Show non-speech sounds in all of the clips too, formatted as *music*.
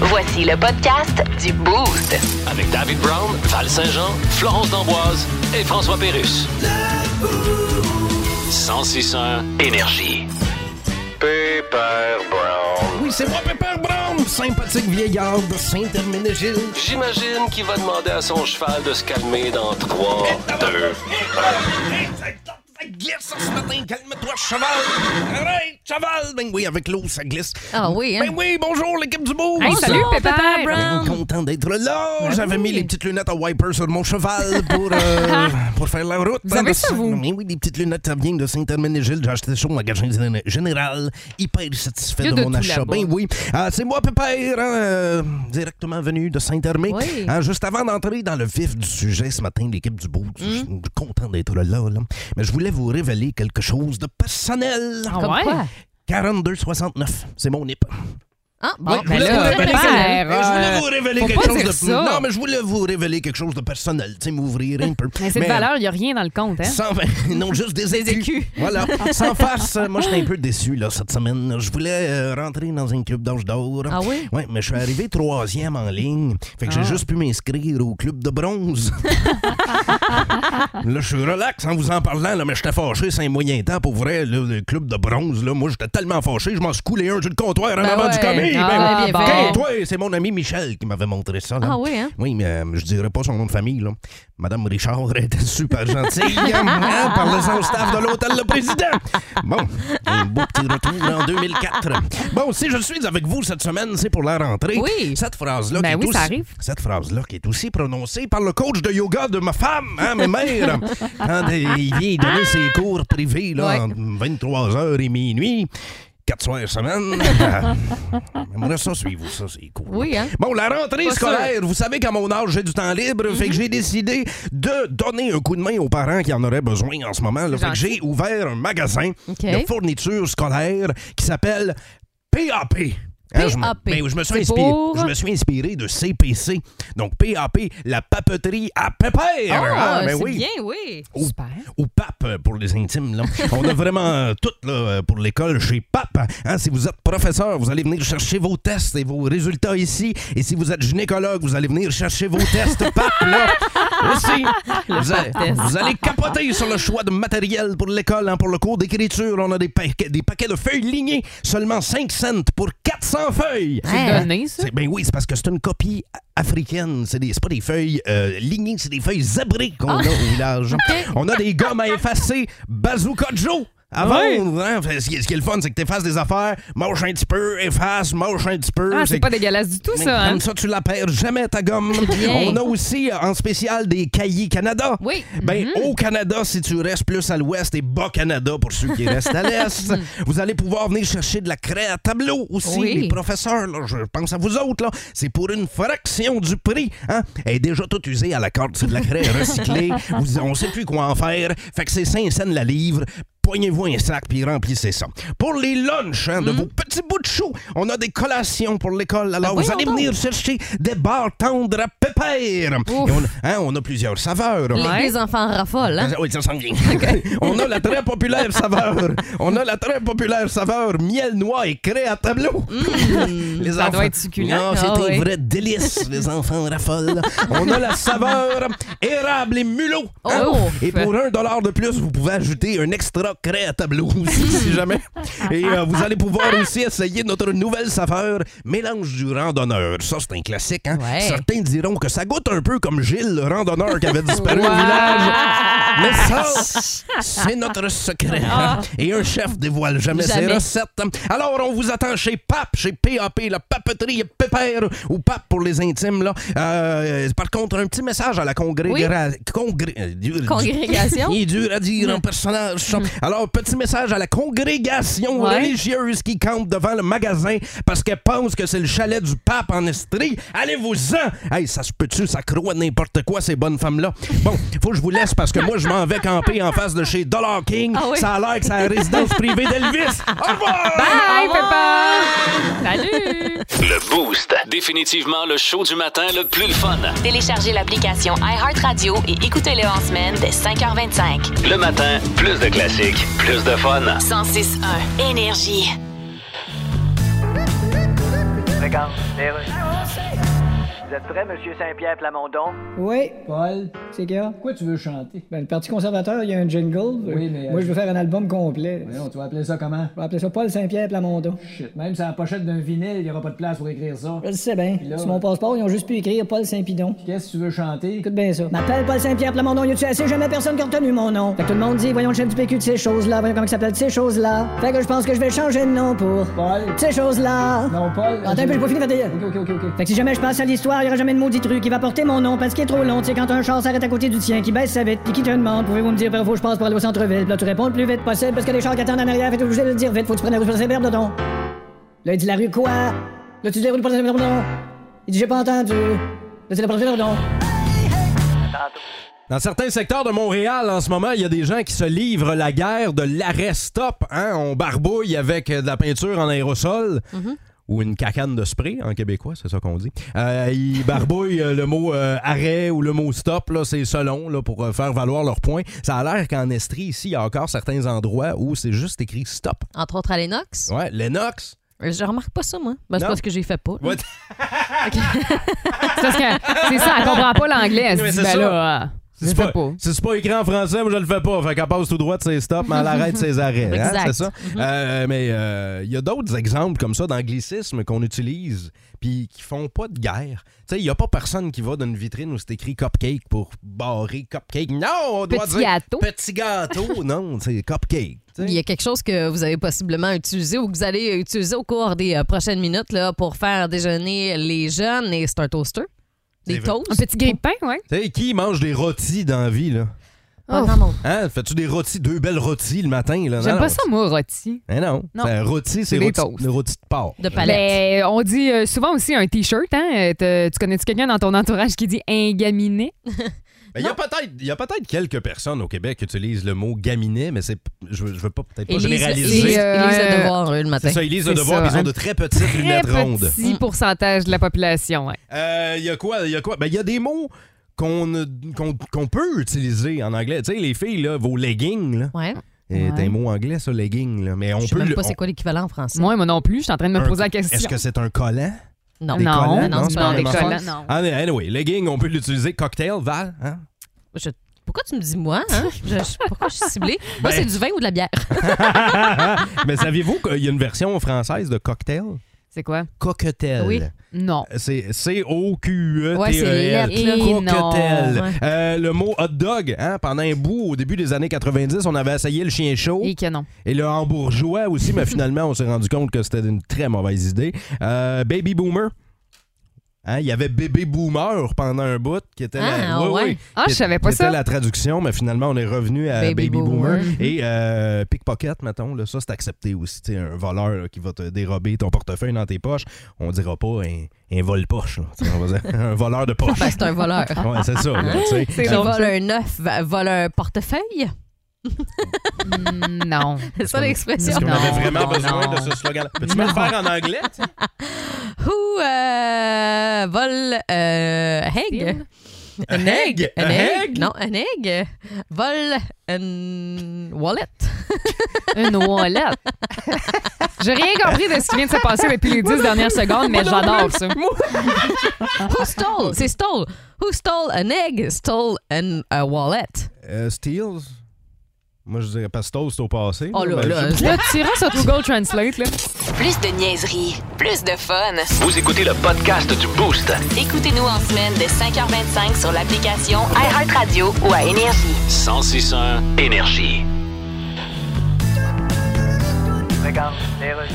Voici le podcast du Boost. Avec David Brown, Val Saint-Jean, Florence D'Amboise et François Pérus. 106 énergie. Paper Brown. Oui, c'est moi, Pepper Brown, sympathique vieillard de Saint-Herménégil. J'imagine qu'il va demander à son cheval de se calmer dans 3, 2. Ça glisse ce matin, calme-toi, cheval. Arrête, cheval. Ben oui, avec l'eau, ça glisse. Ah oui, hein? Ben oui, bonjour, l'équipe du beau. Hey, salut, Bonjour. Pepper Pepper Ben, Brown. Content d'être Ben là. J'avais mis les petites lunettes à wiper sur mon cheval pour, *laughs* euh, pour faire la route. Vous avez ça, vous? Oui, oui, des petites lunettes, ça vient de Saint-Herménégil. J'ai acheté ça au magasin géné- général. Hyper satisfait Il y a de, de mon tout achat. là-bas. Ben oui. Ah, c'est moi, Pépère, hein, euh, directement venu de Saint-Hermé. Oui. Ah, juste avant d'entrer dans le vif du sujet ce matin, l'équipe du beau, Hmm. je suis content d'être là, là. Mais je voulais vous révéler quelque chose de personnel. Ah Comme ouais? quoi? 4269, c'est mon nip. Ah, Oui, bon, je ben voulais là, vous révéler Pépère, quelque- je voulais euh, vous révéler faut quelque pas chose dire de ça. Non, mais je voulais vous révéler quelque chose de personnel, tu sais, m'ouvrir un *laughs* peu. Mais c'est de valeur, il n'y a rien dans le compte, hein? Sans... *laughs* Non, juste des écus. *laughs* Voilà. Sans farce, moi, j'étais un peu déçu là, cette semaine. Je voulais euh, rentrer dans un club d'âge d'or. Ah oui? Ah. Oui, mais je suis arrivé troisième en ligne. Fait que j'ai juste pu m'inscrire au club de bronze. *laughs* là, je suis relax en vous en parlant, là, mais j'étais fâché, c'est un moyen temps. Pour vrai, là, le club de bronze, là, moi, j'étais tellement fâché, je m'en suis coulé un sur le comptoir en Ben avant du ouais. commis. Ben Ah, oui. bien Tiens, fait. toi, c'est mon ami Michel qui m'avait montré ça. là. Ah oui, hein? Oui, mais euh, je dirais pas son nom de famille. Là. Madame Richard *laughs* était super *laughs* gentille. hein, Parlez-en au staff de l'hôtel Le Président. Bon, un beau petit retour là, en 2004. Bon, si je suis avec vous cette semaine, c'est pour la rentrée. Oui. Cette phrase-là Ben qui est oui, ça aussi- arrive. cette phrase-là qui est aussi prononcée par le coach de yoga de ma femme, hein, ma mère, quand euh, il vient donner ses cours privés là, Ah! Ouais. entre 23h et minuit. Quatre soirs semaine. *laughs* J'aimerais ça suivre ça, c'est cool. Oui, hein? Bon, la rentrée Pas Mhm. scolaire, vous savez qu'à mon âge, j'ai du temps libre, fait que j'ai décidé de donner un coup de main aux parents qui en auraient besoin en ce moment. là. Fait que j'ai ouvert un magasin OK. de fournitures scolaires qui s'appelle PAP. Hein, je, me, PAP. ben, je me suis C'est inspiré, pour? je me suis inspiré de CPC. Donc, PAP, la papeterie à pépère. Ah, Ah, ben c'est oui bien, oui. Ou- Super. ou PAP pour les intimes. Là. On a vraiment euh, tout là, euh, pour l'école chez PAP. Hein, si vous êtes professeur, vous allez venir chercher vos tests et vos résultats ici. Et si vous êtes gynécologue, vous allez venir chercher vos tests PAP là, aussi. Vous, allez- vous allez capoter sur le choix de matériel pour l'école. hein. pour le cours d'écriture, on a des, paquets- des paquets de feuilles lignées, seulement 5 cents pour 400 feuilles. C'est donné, ça? C'est- Ben oui, c'est parce que c'est une copie a- africaine. C'est des- c'est pas des feuilles euh, lignées, c'est des feuilles zébrées qu'on a au village. On a des gommes à effacer, Bazooka Joe. Avant, ce, qui, ce qui est le fun, c'est que tu effaces des affaires, mâche un petit peu, efface, mâche un petit peu. Ah, C'est- c'est pas dégueulasse du tout, mais ça, hein? Comme ça, tu la perds jamais, ta gomme. bien. On a aussi euh, en spécial des cahiers Canada. Oui. Ben, au Canada, si tu restes plus à l'ouest et bas Canada pour ceux qui restent à l'est, vous allez pouvoir venir chercher de la craie à tableau aussi. Oui. Les professeurs, là, je pense à vous autres, là, c'est pour une fraction du prix. Hein? Elle est déjà toute usée à la carte. C'est de la *laughs* craie recyclée. Vous- on sait plus quoi en faire. Fait que c'est 5 cents la livre. Poignez-vous un sac puis remplissez ça. Pour les lunchs hein, de Hmm. vos petits bouts de chou, on a des collations pour l'école. Alors, vous Ben voyons allez donc. venir chercher des barres tendres à pépère. Et on, hein, on a plusieurs saveurs. Les, Ouais. les enfants raffolent, hein? Ah, Oui, ça sent *laughs* bien. *laughs* On a la très populaire saveur. On a la très populaire saveur miel noix et craie à tableau. *laughs* Les Mmh. Ça doit être succulent. Non, c'est Ah un oui. vrai délice. Les enfants raffolent. On a la saveur érable et mulot. hein. Oh! et pour un dollar de plus, vous pouvez ajouter un extra craie à tableau *laughs* aussi, si jamais. Et euh, vous allez pouvoir aussi essayer notre nouvelle saveur, mélange du randonneur. Ça, c'est un classique. Hein? Ouais. Certains diront que ça goûte un peu comme Gilles, le randonneur qui avait disparu au Wow. village. Mais ça, c'est notre secret. hein. Et un chef dévoile jamais, ses Ah. Jamais. recettes. Alors, on vous attend chez PAP, chez PAP, la papeterie Pépère, ou PAP pour les intimes. Là. Euh, par contre, un petit message à la congrégation. Oui. Congrégation? euh, *laughs* Mm. Il est dur à dire en personnage. ça. Alors, petit message à la congrégation Ouais. religieuse qui campe devant le magasin parce qu'elle pense que c'est le chalet du pape en Estrie. Allez-vous-en! Hey, ça se peut-tu, ça croit à n'importe quoi, ces bonnes femmes-là. Bon, faut que je vous laisse parce que moi, je m'en vais camper en face de chez Dollar King. Ah oui. Ça a l'air que c'est la résidence privée d'Elvis. Au revoir! Bye, Pepper! Ah, Ah, Salut! Le Boost. Définitivement le show du matin le plus le fun. Téléchargez l'application iHeartRadio et écoutez-le en semaine dès 5h25. Le matin, plus de classiques, plus de fun. 106.1 Énergie. regarde, les rues. Vous êtes prêt, Monsieur Saint-Pierre Plamondon? Oui, Paul. C'est quoi? Pourquoi tu veux chanter? Ben, le Parti conservateur, il y a un jingle. Oui, mais, Moi, euh, je veux faire un album complet. Voyons, tu vas appeler ça comment? On va appeler ça Paul Saint-Pierre Plamondon. Shit, même sur la pochette d'un vinyle, il n'y aura pas de place pour écrire ça. Je le sais bien. là, euh, Sur mon passeport, ils ont juste pu écrire Paul Saint-Pidon. Qu'est-ce que tu veux chanter? Écoute bien ça. M'appelle Paul Saint-Pierre Plamondon, y a-tu assez? Jamais personne qui a retenu mon nom. Fait que tout le monde dit, voyons le chef du PQ de ces choses-là, voyons comment il s'appelle de ces choses-là. Fait que je pense que je vais changer de nom pour Paul? ces choses-là. Non, Paul. Attends un peu, j'ai pas fini, va dire. Ok, ok, ok, ok. Fait que si jamais je passe à l'histoire, il y aura jamais de maudit truc qui va porter mon nom parce qu'il est trop long. Tu sais, quand un char s'arrête à côté du tien, qui baisse sa vite, puis qui te demande, pouvez-vous me dire par où je passe pour aller au centre-ville? Puis là, tu réponds le plus vite possible parce que les chars qui attendent en arrière, fait obligé de le dire vite, faut que tu prennes la rue pour saint Là, il dit la rue quoi? Là, tu dis la rue pour saint Il dit, j'ai pas entendu. Là, c'est la prochaine pardon. Dans certains secteurs de Montréal, en ce moment, il y a des gens qui se livrent la guerre de l'arrêt-stop. Hein? On barbouille avec de la peinture en aérosol. Mm-hmm. Ou une cacane de spray en québécois, c'est ça qu'on dit. Euh, ils barbouillent euh, le mot euh, arrêt ou le mot stop, là, c'est selon, là, pour euh, faire valoir leur point. Ça a l'air qu'en Estrie, ici, il y a encore certains endroits où c'est juste écrit stop. Entre autres à l'Enox. Ouais, l'Enox. Euh, Je remarque pas ça, moi. Ben, c'est Non. parce que j'ai fait pas. là. Ouais. C'est parce que c'est ça, elle comprend pas l'anglais. Elle Non, mais se dit, c'est ben ça. là, euh, je C'est le pas, fais pas. si c'est pas écrit en français, moi je le fais pas. Fait qu'elle passe tout droit, c'est stop, mais elle arrête *laughs* ses arrêts. hein, Exact. c'est ça? Mm-hmm. Euh, mais euh, il y a d'autres exemples comme ça d'anglicisme qu'on utilise puis qui font pas de guerre. Tu sais, il y a pas personne qui va dans une vitrine où c'est écrit cupcake pour barrer cupcake. Non, on doit Petit dire gâteau. petit gâteau. *laughs* non, c'est cupcake. tu sais. Il y a quelque chose que vous avez possiblement utilisé ou que vous allez utiliser au cours des euh, prochaines minutes là, pour faire déjeuner les jeunes et c'est un toaster. C'est Des vrai. toasts. Un petit grille de pain, ouais. Tu sais, qui mange des rôtis dans la vie, là? Pas grand monde. Hein? Fais-tu des rôtis, deux belles rôtis le matin, là? Oh. J'aime Non, non. pas ça, moi, rôti. Hein, non. Non. Ben, rôti, c'est des rôti, toasts. rôti de porc. De palette. Ben, on dit euh, souvent aussi un t-shirt, hein? Euh, te- Tu connais-tu quelqu'un dans ton entourage qui dit un gaminet? Ben, Il y a peut-être il y a peut-être quelques personnes au Québec qui utilisent le mot gaminet, mais c'est je, veux- je veux pas peut-être pas Ils lisent- ils lisent- généraliser. ils lisent Euh, le devoir, eux, le matin. C'est ça, ils lisent le C'est devoir, ça, ils ont un de très petites Très lunettes rondes. petit pourcentage de la population, ouais. Euh, Il y a quoi? Il y a quoi? Ben, il y a des mots qu'on ne- qu'on qu'on peut utiliser en anglais. Tu sais, les filles, là, vos leggings, là. Ouais. Et Ouais. des mots anglais, ça, leggings, là. Mais on Je sais peut. même le- pas c'est on- quoi l'équivalent en français. Moi, moi non plus, je suis en train de me un- poser la Est-ce question. que c'est un collant? Non. Des collants? Non, Non, non, c'est c'est pas pas la des même collants, affaire. non. Ah, mais anyway, leggings, on peut l'utiliser. Cocktail, Val, hein? Je- Pourquoi tu me dis moi? *laughs* hein? Je- je- Pourquoi je suis ciblée? Moi, Ben- c'est du vin ou de la bière. mais saviez-vous qu'il y a une version française de cocktail? C'est quoi? Cocktail. Oui. Non. Euh, C'est C-O-Q-E-T-E-L. Ouais, c'est lettre, là. E Coquetel. Et non. Ouais. Euh, le mot hot dog, hein, pendant un bout, au début des années 90, on avait essayé le chien chaud Et que non. et le hambourgeois aussi, *laughs* mais finalement, on s'est rendu compte que c'était une très mauvaise idée. Euh, baby boomer. Hein, Il y avait bébé boomer pendant un bout qui était la... Ah, oui, ouais. oui, Ah, qui- je savais pas qui était ça. Mm-hmm. la traduction, mais finalement, on est revenu à baby, Baby boomer. boomer. Et euh, pickpocket, mettons, là, ça, c'est accepté aussi. Tu sais, un voleur là, qui va te dérober ton portefeuille dans tes poches, on dira pas un, un vole-poche. là. Tu sais, on va dire *laughs* un voleur de *laughs* poche. Ben, c'est un voleur. Ouais, c'est ça. là, tu sais. Qui C'est drôle, vole *laughs* un œuf, va- vole un portefeuille. Mm, non. C'est ça l'expression. Est-ce qu'on Non, avait vraiment non, besoin non. de ce slogan Peux-tu me le faire en anglais? tu sais? Ou euh, vole euh, egg. Un egg? Un Un egg? egg? Non, un egg. Vole un wallet. Une voilette. J'ai rien compris de ce qui vient de se passer depuis les 10 dernières secondes, mais j'adore ça. Ah. Who stole? C'est stole. Who stole an egg? Stole an a wallet. Euh, Steels? Moi, je dirais Pastos, c'est au passé. Oh là Ben, là. je- Là, tu iras sur Google Translate, là. Plus de niaiserie, plus de fun. Vous écoutez le podcast du Boost. Écoutez-nous en semaine de 5h25 sur l'application iHeartRadio ou à Énergie. 1061 Énergie. Regarde, les rues.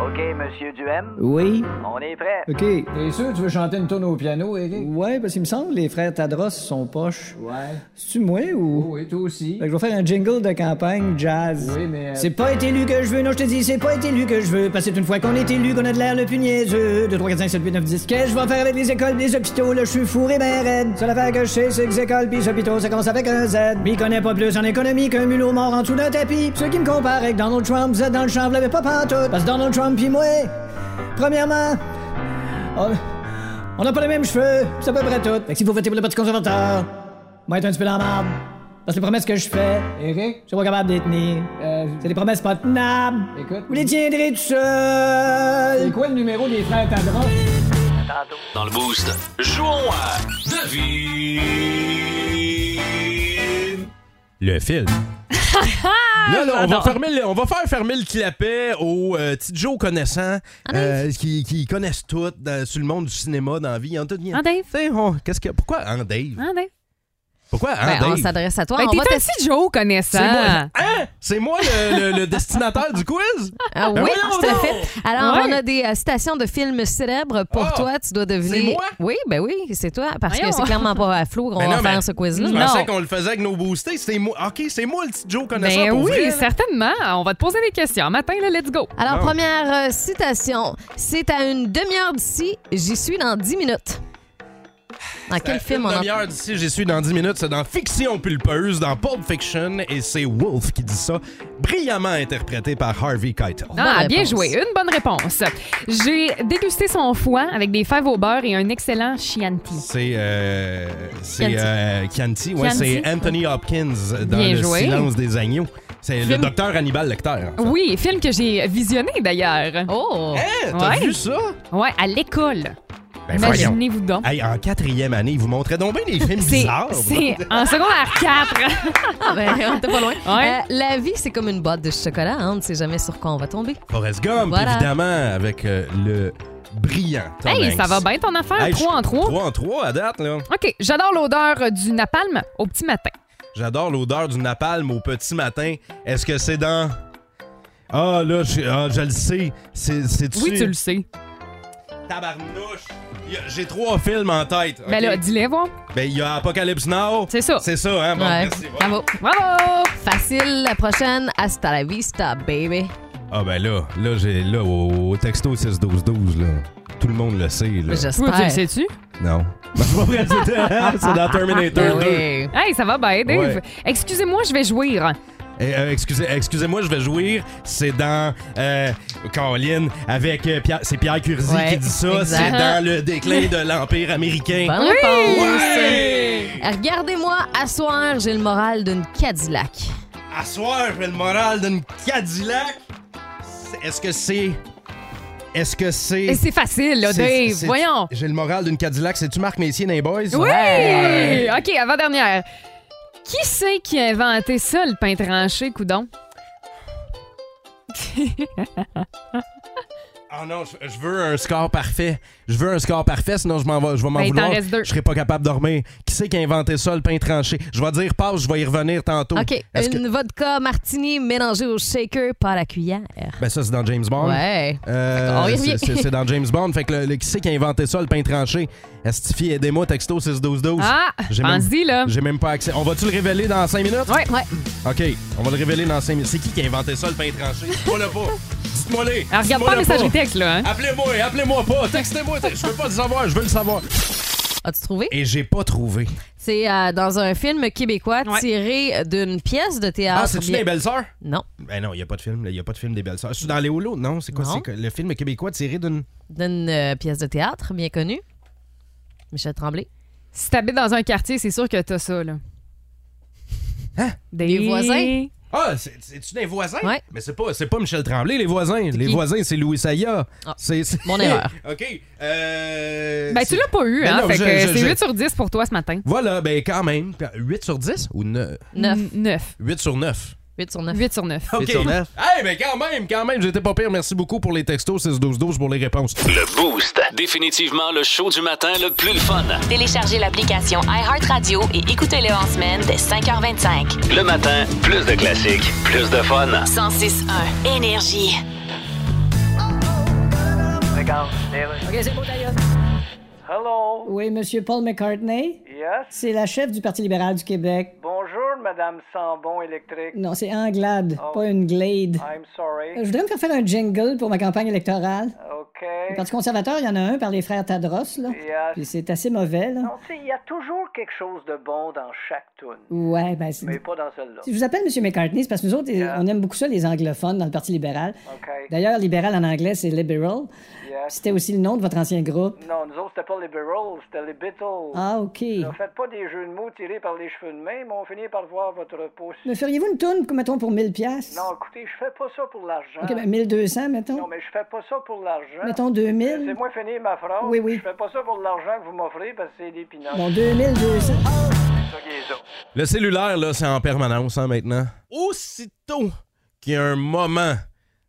OK, Monsieur Duhem, Oui. on est prêt. OK. T'es sûr que tu veux chanter une tourne au piano, Eric? Ouais, parce qu'il me semble que les frères Tadros sont poches. Ouais. C'est-tu moi ou. Oui, toi aussi. Fait que je vais faire un jingle de campagne jazz. Oui, mais, euh, Euh, C'est pas être élu que je veux, non, je te dis, c'est pas être élu que je veux. Parce que c'est une fois qu'on est élu qu'on a de l'air le plus niaiseux. 2, 3, 4, 5, 7, 8, 9, 10. Qu'est-ce que je vais faire avec les écoles, les hôpitaux? Là, je suis fourré, ben raide. Seule affaire que je sais, c'est que les écoles pis les hôpitaux, ça commence avec un Z. M'y connais pas plus en économie qu'un mulot mort en dessous d'un tapis. Ceux qui me comparent avec Donald Trump, vous êtes dans le champ, vous l'avez pas pantoute. Parce que Donald Trump pis moi, premièrement, oh, on- on n'a pas les mêmes cheveux, c'est à peu près tout. Fait que si vous votez pour le Parti conservateur, moi être un petit peu dans la marde. Parce que les promesses que je fais, Eric, je suis pas capable de les tenir. euh, C'est des promesses pas tenables. écoute. Vous les tiendrez tout C'est seul. quoi le numéro des frères Tadros? Dans le boost, jouons à Devine. *laughs* Le fil. Là, là, on, va J'adore. fermer le- on va faire fermer le clapet aux euh, petits Joe connaissants Ah, ben, euh, qui, qui connaissent tout dans- sur le monde du cinéma, dans la vie. Anthony, Hein, Dave? tu sais, on- qu'est-ce que, pourquoi en Ah, Dave? Hein, Dave? Pourquoi en Ben, on Dave? s'adresse à toi. Ben, on t'es va un tester. petit Joe C'est connaissant. moi, hein? C'est moi le, le- le destinataire du *laughs* quiz? Ah Ben oui, voyons tout à donc! fait. Alors, Ouais. on a des euh, citations de films célèbres pour Ah! toi. Tu dois deviner. C'est moi? Oui, ben oui, c'est toi. Parce Voyons. que c'est clairement pas à flou qu'on Ben va non, faire mais- ce Je quiz-là. pensais qu'on le faisait avec nos boostés. C'est moi. OK, c'est moi le petit Joe connaissant Ben pour oui, vrai, là. certainement. On va te poser des questions. Matin, là, let's go. Alors, Non. première euh, citation. C'est à une demi-heure d'ici. J'y suis dans 10 minutes. Dans quel Euh, film on Une en demi-heure d'ici, j'y suis dans 10 minutes. C'est dans Fiction Pulpeuse, dans Pulp Fiction, et c'est Wolf qui dit ça, brillamment interprété par Harvey Keitel. Ah, Bonne bien réponse. joué. Une bonne réponse. J'ai dégusté son foie avec des fèves au beurre et un excellent chianti. C'est euh, c'est Chianti. euh, Chianti, ouais, Chianti. c'est Anthony Hopkins dans Bien Le joué. silence des agneaux. C'est le Film- docteur Hannibal Lecter. en fait. Oui, film que j'ai visionné d'ailleurs. Oh! Hein, T'as Ouais. vu ça? Ouais, à l'école. Ben, voyons. Imaginez-vous donc. Hey, en quatrième année, ils vous montraient donc bien des films C'est bizarres. c'est en secondaire *laughs* 4. Ah, ben, on était pas loin. Ouais. Euh, la vie, c'est comme une boîte de chocolat. hein. On ne sait jamais sur quoi on va tomber. Forrest Gump, Voilà. évidemment, avec euh, le brillant Tom Hey, ça Hanks. va bien ton affaire? ben, Hey, 3 en je- 3. Trois en trois à date, là. OK, j'adore l'odeur du napalm au petit matin. J'adore l'odeur du napalm au petit matin. Est-ce que c'est dans. Ah, là, je, ah, je le sais. C'est, c'est-tu- Oui, tu le sais. Tabarnouche. Il y a- J'ai trois films en tête. Ben ok? là, dis-les voir. Ben, il y a Apocalypse Now. C'est ça. Ah, C'est ça, hein? Bon, Ouais. merci. voilà. Bravo. Bravo! Facile. La prochaine, hasta la vista, baby. Ah, ben là, là, j'ai, là, au, au texto 6-12-12, là. Tout le monde le sait, là. Toi, tu le J'espère. sais-tu? Non. *laughs* Ben, c'est pas vrai, *laughs* c'est, c'est dans Ben Terminator 2. oui. Hey, ça va bien, Dave. Ouais. Excusez-moi, je vais jouir. Eh, euh, excusez, excusez-moi, je vais jouir. C'est dans euh, Caroline avec euh, Pierre, c'est Pierre Curzi Ouais, qui dit ça. exact. C'est dans *laughs* le déclin de l'empire américain. Bonne réponse. Ouais! Regardez-moi, à soir, j'ai le moral d'une Cadillac. À soir, j'ai le moral d'une Cadillac. C'est- Est-ce que c'est. Est-ce que Et c'est. c'est facile, là, c'est- Dave. c'est- Voyons. J'ai le moral d'une Cadillac. C'est-tu Marc Messier dans les Boys? Oui! Ouais. OK, avant-dernière. Qui c'est qui a inventé ça, le pain tranché, coudon? Oh non, je, je veux un score parfait. Je veux un score parfait, sinon je m'en vais, je vais m'en Ben, il t'en vouloir. reste deux. Je serai pas capable de dormir. Qui c'est qui a inventé ça, le pain tranché? Je vais dire passe, je vais y revenir tantôt. OK. Oh. Est-ce Une que- vodka martini mélangée au shaker, pas à la cuillère. Ben ça, c'est dans James Bond. Ouais. Euh, D'accord, on y c'est- revient. c'est c'est dans James Bond. Fait que le, le- qui c'est qui a inventé ça, le pain tranché? Estifié, aidez-moi, texto 61212. Ah, J'ai pense-y, là. J'ai même pas accès. On va-tu le révéler dans 5 minutes? Ouais. Ouais. OK, on va le révéler dans 5 minutes. C'est qui qui a inventé ça, le pain tranché? Dites-moi le pas. Dites-moi le. Alors, regarde pas le message texte, là. Hein? Appelez-moi, appelez-moi pas. Textez-moi. Je veux pas le savoir, je veux le savoir. As-tu trouvé? Et j'ai pas trouvé. C'est euh, dans un film québécois Ouais. tiré d'une pièce de théâtre. Ah, c'est-tu bien- des belles sœurs? Non, Ben non, il y a pas de film. Il y a pas de film des belles sœurs. C'est dans les holos? Non, c'est quoi? Non. C'est que- le film québécois tiré d'une. d'une euh, pièce de théâtre bien connue. Michel Tremblay. Si t'habites dans un quartier, c'est sûr que t'as ça, là. Hein? Des... Les voisins? Ah, c'est- c'est-tu des voisins? Ouais. Mais c'est pas, c'est pas Michel Tremblay, les voisins. Les qui? voisins, c'est Louis Saya. Ah, C'est- c'est- mon erreur. *laughs* OK. Euh, Ben, c'est- tu l'as pas eu, Ben hein? non, fait je- que je- c'est je- 8 sur 10 pour toi ce matin. Voilà, ben quand même. 8 sur 10 ou 9? 9. 9. 8 sur 9. 8 sur 9. 8 sur 9. OK. sur neuf. Hey, ben quand même, quand même, j'étais pas pire. Merci beaucoup pour les textos, 6-12-12 pour les réponses. Le boost. Définitivement le show du matin le plus le fun. Téléchargez l'application iHeartRadio et écoutez-le en semaine dès 5h25. Le matin, plus de classiques, plus de fun. 106.1 Énergie. Ok, c'est bon, d'ailleurs. Hello. Oui, monsieur Paul McCartney? Yes. C'est la chef du Parti libéral du Québec. Bonjour, Madame Sambon électrique. Non, c'est Anglade, Oh. pas une Glade. I'm Euh, Je sorry. voudrais me faire faire un jingle pour ma campagne électorale. OK. Le Parti conservateur, il y en a un par les frères Tadros, là. Puis Yes. c'est assez mauvais, là. Non, tu sais, il y a toujours quelque chose de bon dans chaque tune, Ouais, ben c'est... mais pas dans celle-là. Si je vous appelle M. McCartney, c'est parce que nous autres, Yeah. on aime beaucoup ça, les anglophones, dans le Parti libéral. OK. D'ailleurs, libéral en anglais, c'est liberal. Yes. C'était aussi le nom de votre ancien groupe. Non, nous autres, c'était pas les Beatles, c'était les Beatles. Ah, OK. Ne faites pas des jeux de mots tirés par les cheveux de main, mais on finit par recevoir votre pouce. Me feriez-vous une toune, mettons, pour 1000 pièces Non, écoutez, je fais pas ça pour l'argent. OK, ben 1200, mettons. Non, mais je fais pas ça pour l'argent. Mettons 2000. C'est moi finir ma phrase. Oui, oui. Je fais pas ça pour l'argent que vous m'offrez parce que c'est des pinottes. Bon, 2200. Ça qui est ça. Le cellulaire, là, c'est en permanence hein, maintenant. Aussitôt qu'il y a un moment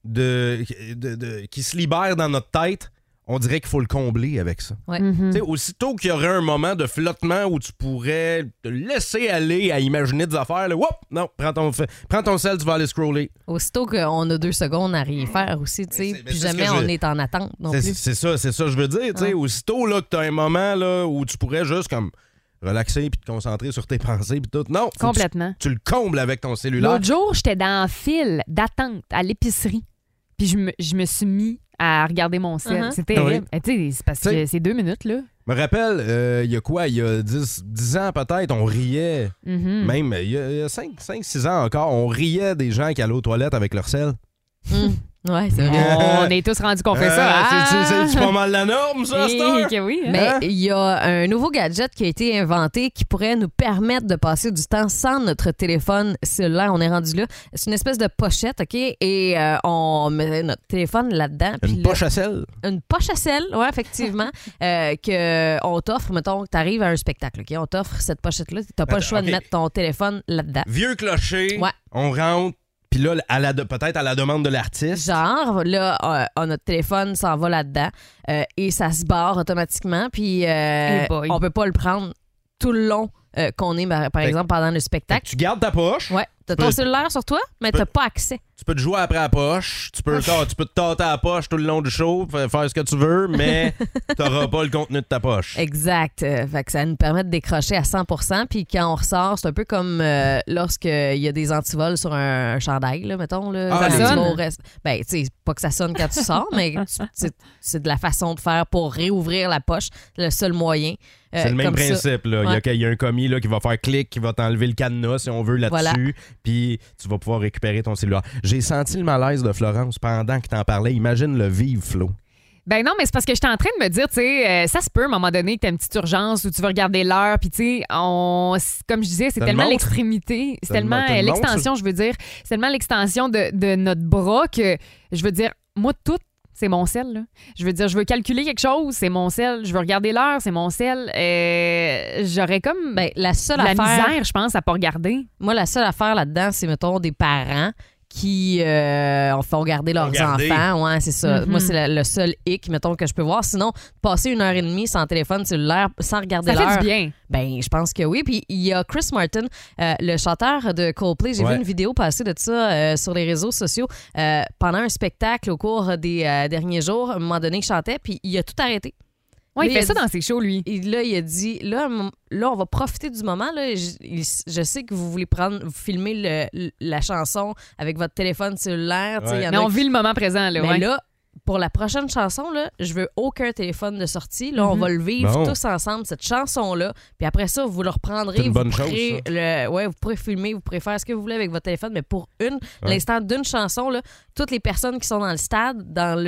de, de- de- qui se libère dans notre tête, on dirait qu'il faut le combler avec ça. Ouais. Tu sais, Aussitôt qu'il y aurait un moment de flottement où tu pourrais te laisser aller à imaginer des affaires, là, whoop, non, prends ton, f- prends ton sel, tu vas aller scroller. Aussitôt qu'on a deux secondes à rien faire aussi, tu Mais sais. c'est- mais Puis c'est ce jamais que on je- est en attente non C'est plus. c'est ça, c'est ça, que je veux dire. tu sais, Aussitôt là, que tu as un moment là, où tu pourrais juste comme relaxer puis te concentrer sur tes pensées puis tout. Non, faut que tu- Complètement. Tu, le combles avec ton cellulaire. L'autre jour, j'étais dans un fil d'attente à l'épicerie. Puis je me, je me suis mis à regarder mon sel. Uh-huh. C'est terrible. Eh, tu sais, c'est parce Ah Tu sais- que c'est deux minutes, là. Je me rappelle, euh, il y a quoi, il y a 10, 10 ans peut-être, on riait, Mhm. même il y a, 5-6 ans encore, on riait des gens qui allaient aux toilettes avec leur sel. Ouais, c'est vrai. *laughs* On est tous rendus qu'on fait ça. Euh, c'est- c'est- Ah! C'est pas mal la norme, ça, *laughs* Eh, Star? que oui, hein? Mais Hein? Ben, il y a un nouveau gadget qui a été inventé qui pourrait nous permettre de passer du temps sans notre téléphone cellulaire. On est rendu là. C'est une espèce de pochette, OK? Et euh, on met notre téléphone là-dedans. puis Une là- poche à sel. une poche à sel, ouais, *laughs* effectivement, euh, que on t'offre, mettons, que t'arrives à un spectacle, OK? On t'offre cette pochette-là. T'as pas le Attends, choix ok. de mettre ton téléphone là-dedans. Vieux clocher, Ouais. on rentre, puis là, à la de- peut-être à la demande de l'artiste. Genre, là, euh, euh, notre téléphone s'en va là-dedans euh, et ça se barre automatiquement, puis euh, Eh boy. on peut pas le prendre tout le long euh, qu'on est, par par Fait- exemple, pendant le Fait que spectacle. Tu gardes ta poche, Ouais, t'as peux- ton cellulaire sur toi, mais t'as peux- pas accès. tu peux te jouer après la poche, tu peux, tu peux te tâter à la poche tout le long du show, fa- faire ce que tu veux, mais t'auras pas le contenu de ta poche. Exact. Euh, fait que ça nous permet de décrocher à 100 Puis quand on ressort, c'est un peu comme euh, lorsqu'il y a des antivols sur un, un chandail, là, mettons. Là, Ah, Quand les- tu vas au rest- Ben, tu sais, pas que ça sonne quand tu sors, mais tu- c'est- c'est de la façon de faire pour réouvrir la poche. C'est le seul moyen. Euh, C'est le même comme ça. principe. Là. Il, y a, Ouais. que- il y a un commis là, qui va faire clic, qui va t'enlever le cadenas, si on veut, là-dessus. Voilà. Puis tu vas pouvoir récupérer ton cellulaire. J'ai senti le malaise de Florence pendant que t'en parlais. Imagine le vivre, Flo. Ben non, mais c'est parce que j'étais en train de me dire, tu sais, euh, ça se peut à un moment donné que t'as une petite urgence ou tu veux regarder l'heure, puis tu sais, on, c'est- comme je disais, c'est Te le tellement montre. l'extrémité, c'est Te le tellement mon- te le euh, montre, l'extension, je veux dire, c'est tellement l'extension de, de notre bras que je veux dire, moi tout. C'est mon sel, là. Je veux dire, je veux calculer quelque chose, c'est mon sel. Je veux regarder l'heure, c'est mon sel. Euh, J'aurais comme Ben, la seule la affaire. misère, je pense, à pas regarder. Moi, la seule affaire là-dedans, c'est, mettons, des parents qui euh, en font garder leurs garder. enfants. Ouais, c'est ça. Mhm. Moi, c'est la- le seul hic, mettons, que je peux voir. Sinon, passer une heure et demie sans téléphone cellulaire, sans regarder Ça l'heure. fait du bien. Ben, je pense que oui. Puis il y a Chris Martin, euh, le chanteur de Coldplay. J'ai Ouais. vu une vidéo passer de ça euh, sur les réseaux sociaux euh, pendant un spectacle au cours des euh, derniers jours. À un moment donné, il chantait, puis il a tout arrêté. Ouais, il Lui, fait il a ça dit- dans ses shows, lui. Et là, il a dit là, m- là on va profiter du moment. Là. Je, il- je sais que vous voulez prendre, vous filmer le- le- la chanson avec votre téléphone cellulaire. tu sais, Ouais. il y en Mais a on qui- vit le moment présent, là. mais ouais. là, pour la prochaine chanson, là, je veux aucun téléphone de sortie. Là, on Mhm. va le vivre Bon. tous ensemble, cette chanson-là. Puis après ça, vous le reprendrez. C'est une bonne vous pourrez, chose, ça. le- ouais, vous pourrez filmer, vous pourrez faire ce que vous voulez avec votre téléphone. Mais pour une, l'instant d'une chanson, là, toutes les personnes qui sont dans le stade, dans le.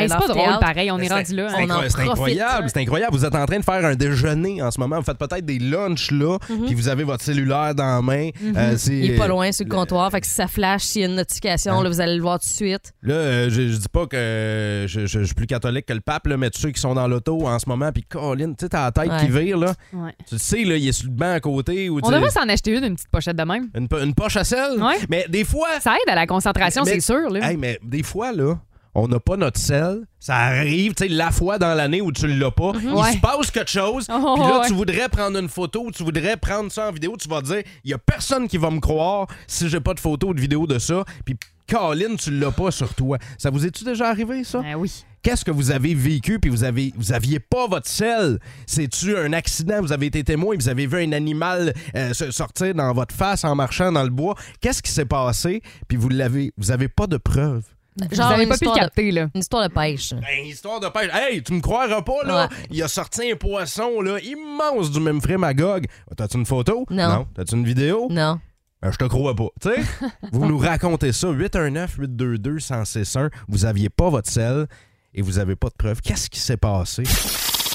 Hey, c'est pas drôle, l'amphithéâtre, pareil. On est C'est- rendu là. c'est on hein. en incroyable, C'est profite. incroyable, c'est incroyable. Vous êtes en train de faire un déjeuner en ce moment. Vous faites peut-être des lunchs là, puis vous avez votre cellulaire dans la main. Euh, c'est- Mm-hmm. Il est pas loin sur le comptoir. Fait que si ça flash, s'il y a une notification, Hein? là, vous allez le voir tout de suite. Là, euh, je, je dis pas que euh, je, je- je suis plus catholique que le pape, là, mais tous ceux qui sont dans l'auto en ce moment, puis Colin, tu sais, t'as la tête Ouais. qui vire, là. Ouais. Tu le sais, là, il est sur le banc à côté. Ou, tu On sais, devrait s'en acheter une, une petite pochette de même. une, po- une poche à sel. Ouais. Mais des fois, Ça aide à la concentration, Mais- c'est sûr. Là. Hey, mais des fois, là, on n'a pas notre sel. Ça arrive, tu sais, la fois dans l'année où tu l'as pas. Il Mhm. Ouais. se passe quelque chose. Oh, puis là, ouais. tu voudrais prendre une photo, tu voudrais prendre ça en vidéo. Tu vas dire, il y a personne qui va me croire si j'ai pas de photo ou de vidéo de ça. Puis, Colin, tu l'as pas sur toi. Ça vous est-tu déjà arrivé, ça? Ben oui. Qu'est-ce que vous avez vécu puis vous avez vous aviez pas votre sel C'est-tu un accident Vous avez été témoin, vous avez vu un animal euh, se- sortir dans votre face en marchant dans le bois. Qu'est-ce qui s'est passé Puis vous l'avez vous avez pas de preuves. Genre Vous avez une, pas pu le histoire de, capter, là. une histoire de pêche. Ben, histoire de pêche. Hey, tu me croiras pas, là? Ouais. Il a sorti un poisson, là, immense du même frais Magog. T'as-tu une photo? Non. T'as-tu une vidéo? Non. Ben, je te crois pas. Tu *laughs* sais, vous nous racontez ça. 819-822-1061. Vous aviez pas votre sel et vous avez pas de preuves. Qu'est-ce qui s'est passé?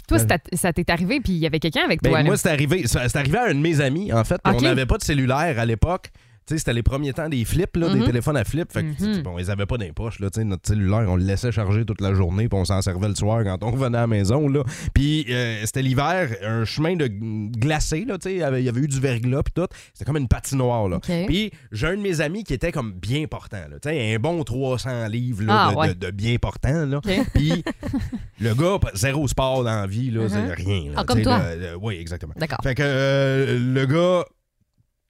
toi, c'est ta- ça t'est arrivé, puis il y avait quelqu'un avec Ben, toi. là. moi, c'est arrivé, ça- c'est arrivé à un de mes amis, en fait. mais Ok. On n'avait pas de cellulaire à l'époque. Tu sais, C'était les premiers temps des flips, là, des Mhm. téléphones à flip. Fait que, tu sais, bon, ils n'avaient pas dans les poches. Là, tu sais, notre cellulaire, on le laissait charger toute la journée, puis on s'en servait le soir quand on revenait à la maison. Là. Puis euh, c'était l'hiver, un chemin de glacé. Là, tu sais, il y avait- il y avait eu du verglas, puis tout. C'était comme une patinoire. Là. Ok. Puis j'ai un de mes amis qui était comme bien portant. Là, Tu sais, un bon 300 livres là, Ah, de, ouais. de- de bien portant. Là. Puis le gars, zéro sport dans la vie, là, Uh-huh. c'est rien. là. Ah, comme Tu sais, toi. le- le- Euh, oui, exactement. D'accord. Fait que euh, le gars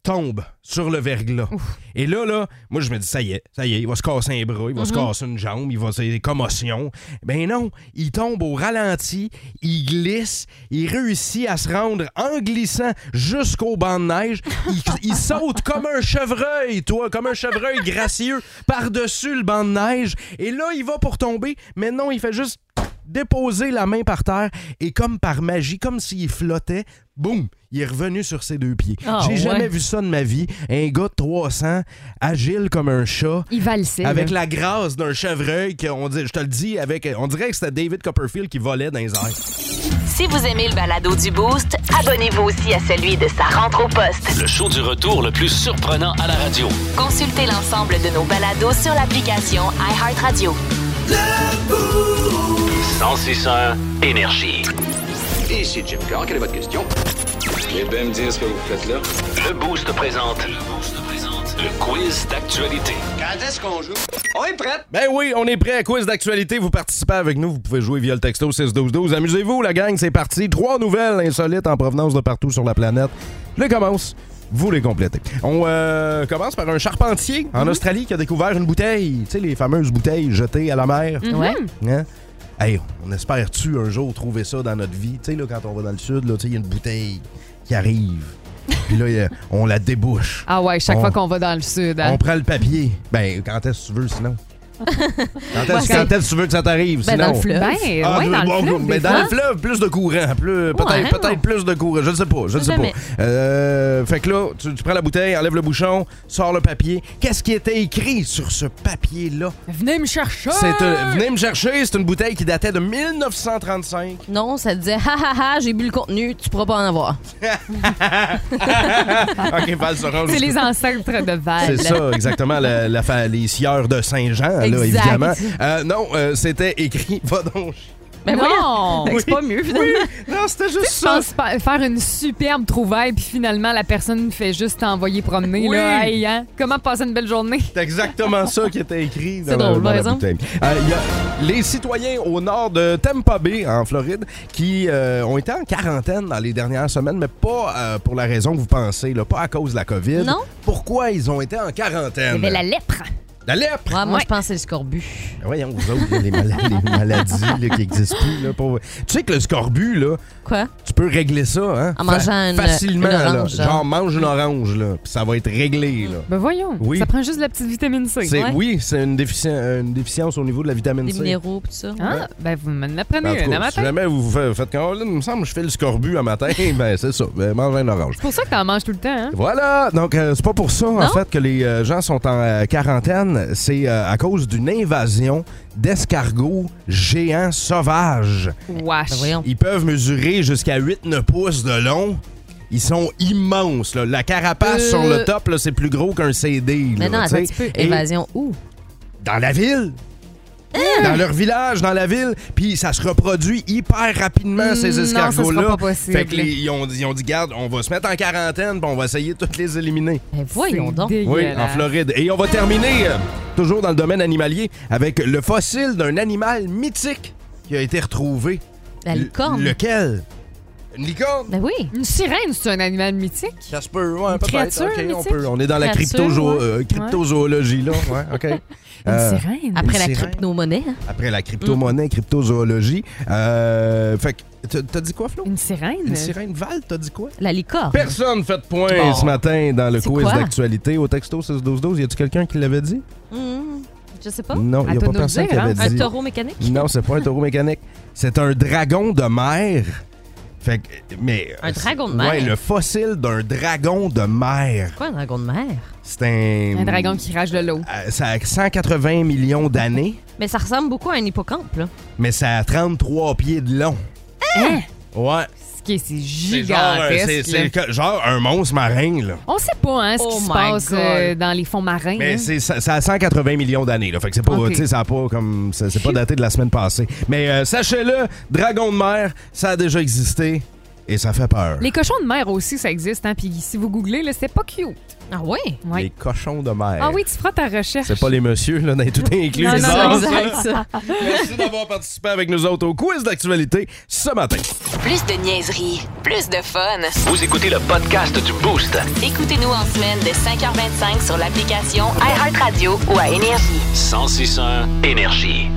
tombe sur le verglas. Et là, là, moi, je me dis, ça y est, ça y est, il va se casser un bras, il va se Mm-hmm. casser une jambe, il va c'est des commotions. Ben non, il tombe au ralenti, il glisse, il réussit à se rendre en glissant jusqu'au banc de neige. Il, *laughs* il saute comme un chevreuil, toi, comme un chevreuil gracieux par-dessus le banc de neige. Et là, il va pour tomber, mais non, il fait juste déposer la main par terre et comme par magie, comme s'il flottait, boum, il est revenu sur ses deux pieds. Ah, J'ai ouais. jamais vu ça de ma vie. Un gars de 300, agile comme un chat, Il valsait. avec là. la grâce d'un chevreuil, que on dit, je te le dis, avec, on dirait que c'était David Copperfield qui volait dans les airs. Si vous aimez le balado du Boost, abonnez-vous aussi à celui de sa rentre au poste. Le show du retour le plus surprenant à la radio. Consultez l'ensemble de nos balados sur l'application iHeartRadio. 1061 Énergie. Ici Jim Carr, quelle est votre question? Eh bien, me dire ce que vous faites là. Le Boost présente. Le Boost présente. Le quiz d'actualité. Quand est-ce qu'on joue? On est prête! Ben oui, on est prêt à quiz d'actualité. Vous participez avec nous. Vous pouvez jouer via le texto 61212. Amusez-vous, la gang, c'est parti. Trois nouvelles insolites en provenance de partout sur la planète. Je les commence. Vous les complétez. On euh, commence par un charpentier Mhm. en Australie qui a découvert une bouteille. Tu sais, les fameuses bouteilles jetées à la mer. Mhm. Ouais. Hein? Hey, on espère-tu un jour trouver ça dans notre vie? Tu sais, là, quand on va dans le sud, là, tu sais, il y a une bouteille qui *laughs* arrive. Puis là, il y a- on la débouche. Ah ouais, chaque On- fois qu'on va dans le sud. hein. On prend le papier. Ben, quand est-ce que tu veux, *laughs* sinon? quand est-ce quand est-ce que tu veux que ça t'arrive, Ben, sinon? dans le fleuve. Ben, ouais, Ah, dans le bon, fleuve, mais des dans fois. hein? le fleuve, plus de courant. Plus, peut-être, Ouais, peut-être plus de courant. Je ne sais pas. Je ne sais Jamais. pas. Euh, fait que là, tu, tu prends la bouteille, enlèves le bouchon, sors le papier. Qu'est-ce qui était écrit sur ce papier-là? Venez me chercher! C'est, euh, venez me chercher, c'est une bouteille qui datait de *laughs* 1935. Non, ça te disait, *laughs* ha ha ha, j'ai bu le contenu, tu pourras pas en avoir. ok, Val Sorange. C'est les ancêtres de Val. C'est ça, exactement, la, la fa- les sieurs de Saint-Jean, là, Exact. évidemment. Euh, non, euh, c'était écrit, *laughs* va donc Mais non! c'est pas mieux, finalement. Non, c'était juste Je pense pas- faire une superbe trouvaille, puis finalement, la personne fait juste t'envoyer promener. Oui. Là. Hey, hein? Comment passer une belle journée? C'est exactement ça qui était écrit dans, C'est la- drôle, dans la raison. bouteille. Euh, il y a les citoyens au nord de Tampa Bay, en Floride, qui euh, ont été en quarantaine dans les dernières semaines, mais pas euh, pour la raison que vous pensez, là, pas à cause de la COVID. Non. Pourquoi ils ont été en quarantaine? lèpre. La lèpre! Ouais, Ah, moi, Ouais. je pense que c'est le scorbut. Ben Voyons, vous autres, là, les, mala- les maladies là, qui existent plus. Là, pour... Tu sais que le scorbut, là, Quoi? tu peux régler ça, hein? En mangeant une- Facilement, une orange, hein. là. genre. Genre, mange une orange, là, puis ça va être réglé, là. Ben voyons, Oui. ça prend juste la petite vitamine C. C'est, ouais. Oui, c'est une, défici- une déficience au niveau de la vitamine Des C. minéraux, pis tout ça. Ah, ben vous me Ben, en l'apprenez tout un cas, si matin. jamais vous fa- faites comme, Oh, là, il me semble que je fais le scorbut un matin, *laughs* ben c'est ça, ben, mange une orange. C'est pour ça que t'en manges tout le temps, hein? Voilà, donc euh, c'est pas pour ça en Non? fait que les euh, gens sont en euh, quarantaine, c'est euh, à cause d'une invasion d'escargots géants sauvages. Wesh. Ben voyons. Ils peuvent mesurer jusqu'à 8-9 pouces de long. Ils sont immenses. là. La carapace Euh. sur le top, là, c'est plus gros qu'un CD. là, Mais non, attends un tu petit sais. peu. Et Évasion où? Dans la ville. Hein? Dans leur village, dans la ville. Puis ça se reproduit hyper rapidement, ces Non, ça sera escargots-là. pas possible. Fait que les- ils, ont, ils ont dit, garde, on va se mettre en quarantaine, puis on va essayer de toutes les éliminer. Ben voyons donc. Oui, en Floride. Et on va terminer, euh, toujours dans le domaine animalier, avec le fossile d'un animal mythique qui a été retrouvé. La licorne. Le- Lequel? Une licorne? Ben oui. Une sirène, c'est un animal mythique? Ça se peut, ouais, peut-être. créature OK, on mythique? peut. On est dans la Créature, cryptozo- ouais. euh, cryptozoologie, là. Ouais, OK. Euh, *laughs* Une sirène? Après la sirène. crypto-monnaie. hein. après la crypto-monnaie, cryptozoologie. Euh, fait que, t'as- t'as dit quoi, Flo? Une sirène? Une sirène Val, t'as dit quoi? La licorne. Personne fait de point ce matin dans le C'est quiz quoi? d'actualité. Au texto 6-12-12, y a-tu quelqu'un qui l'avait dit? Mmh, je sais pas. Non, À y a toi pas de nous personne dire, qui hein? avait Un dit. taureau mécanique? Non, c'est pas un taureau mécanique. C'est un dragon de mer. Fait que, mais. euh, Un dragon de mer? Ouais, le fossile d'un dragon de mer. Quoi, un dragon de mer? C'est un. Un dragon qui rage de l'eau. Euh, Ça a 180 millions d'années, Mais ça ressemble beaucoup à un hippocampe, là. mais ça a 33 pieds de long. Hein? Ouais. Ce qui est c'est C'est genre, euh, c'est- gigantesque. c'est là. que- genre un monstre marin, là. On sait pas hein, ce Oh qui se my passe God. euh, dans les fonds marins. Mais hein. c'est ça, ça a 180 millions d'années, là. Fait que c'est pas, Ok. tu sais, ça a pas comme, c'est c'est pas daté de la semaine passée. Mais euh, sachez-le, dragon de mer, ça a déjà existé et ça fait peur. Les cochons de mer aussi, ça existe. Hein? Puis si vous googlez, là, c'est pas cute. Ah oui? Ouais. Les cochons de mer. Ah oui, tu feras ta recherche. C'est pas les messieurs, là, dans tout inclus. Non, les non, hommes. non, exact, ça. Merci d'avoir participé avec nous autres au quiz d'actualité ce matin. Plus de niaiserie, plus de fun. Vous écoutez le podcast du Boost. Écoutez-nous en semaine de 5h25 sur l'application iHeartRadio ou à Énergie. 1061 Énergie.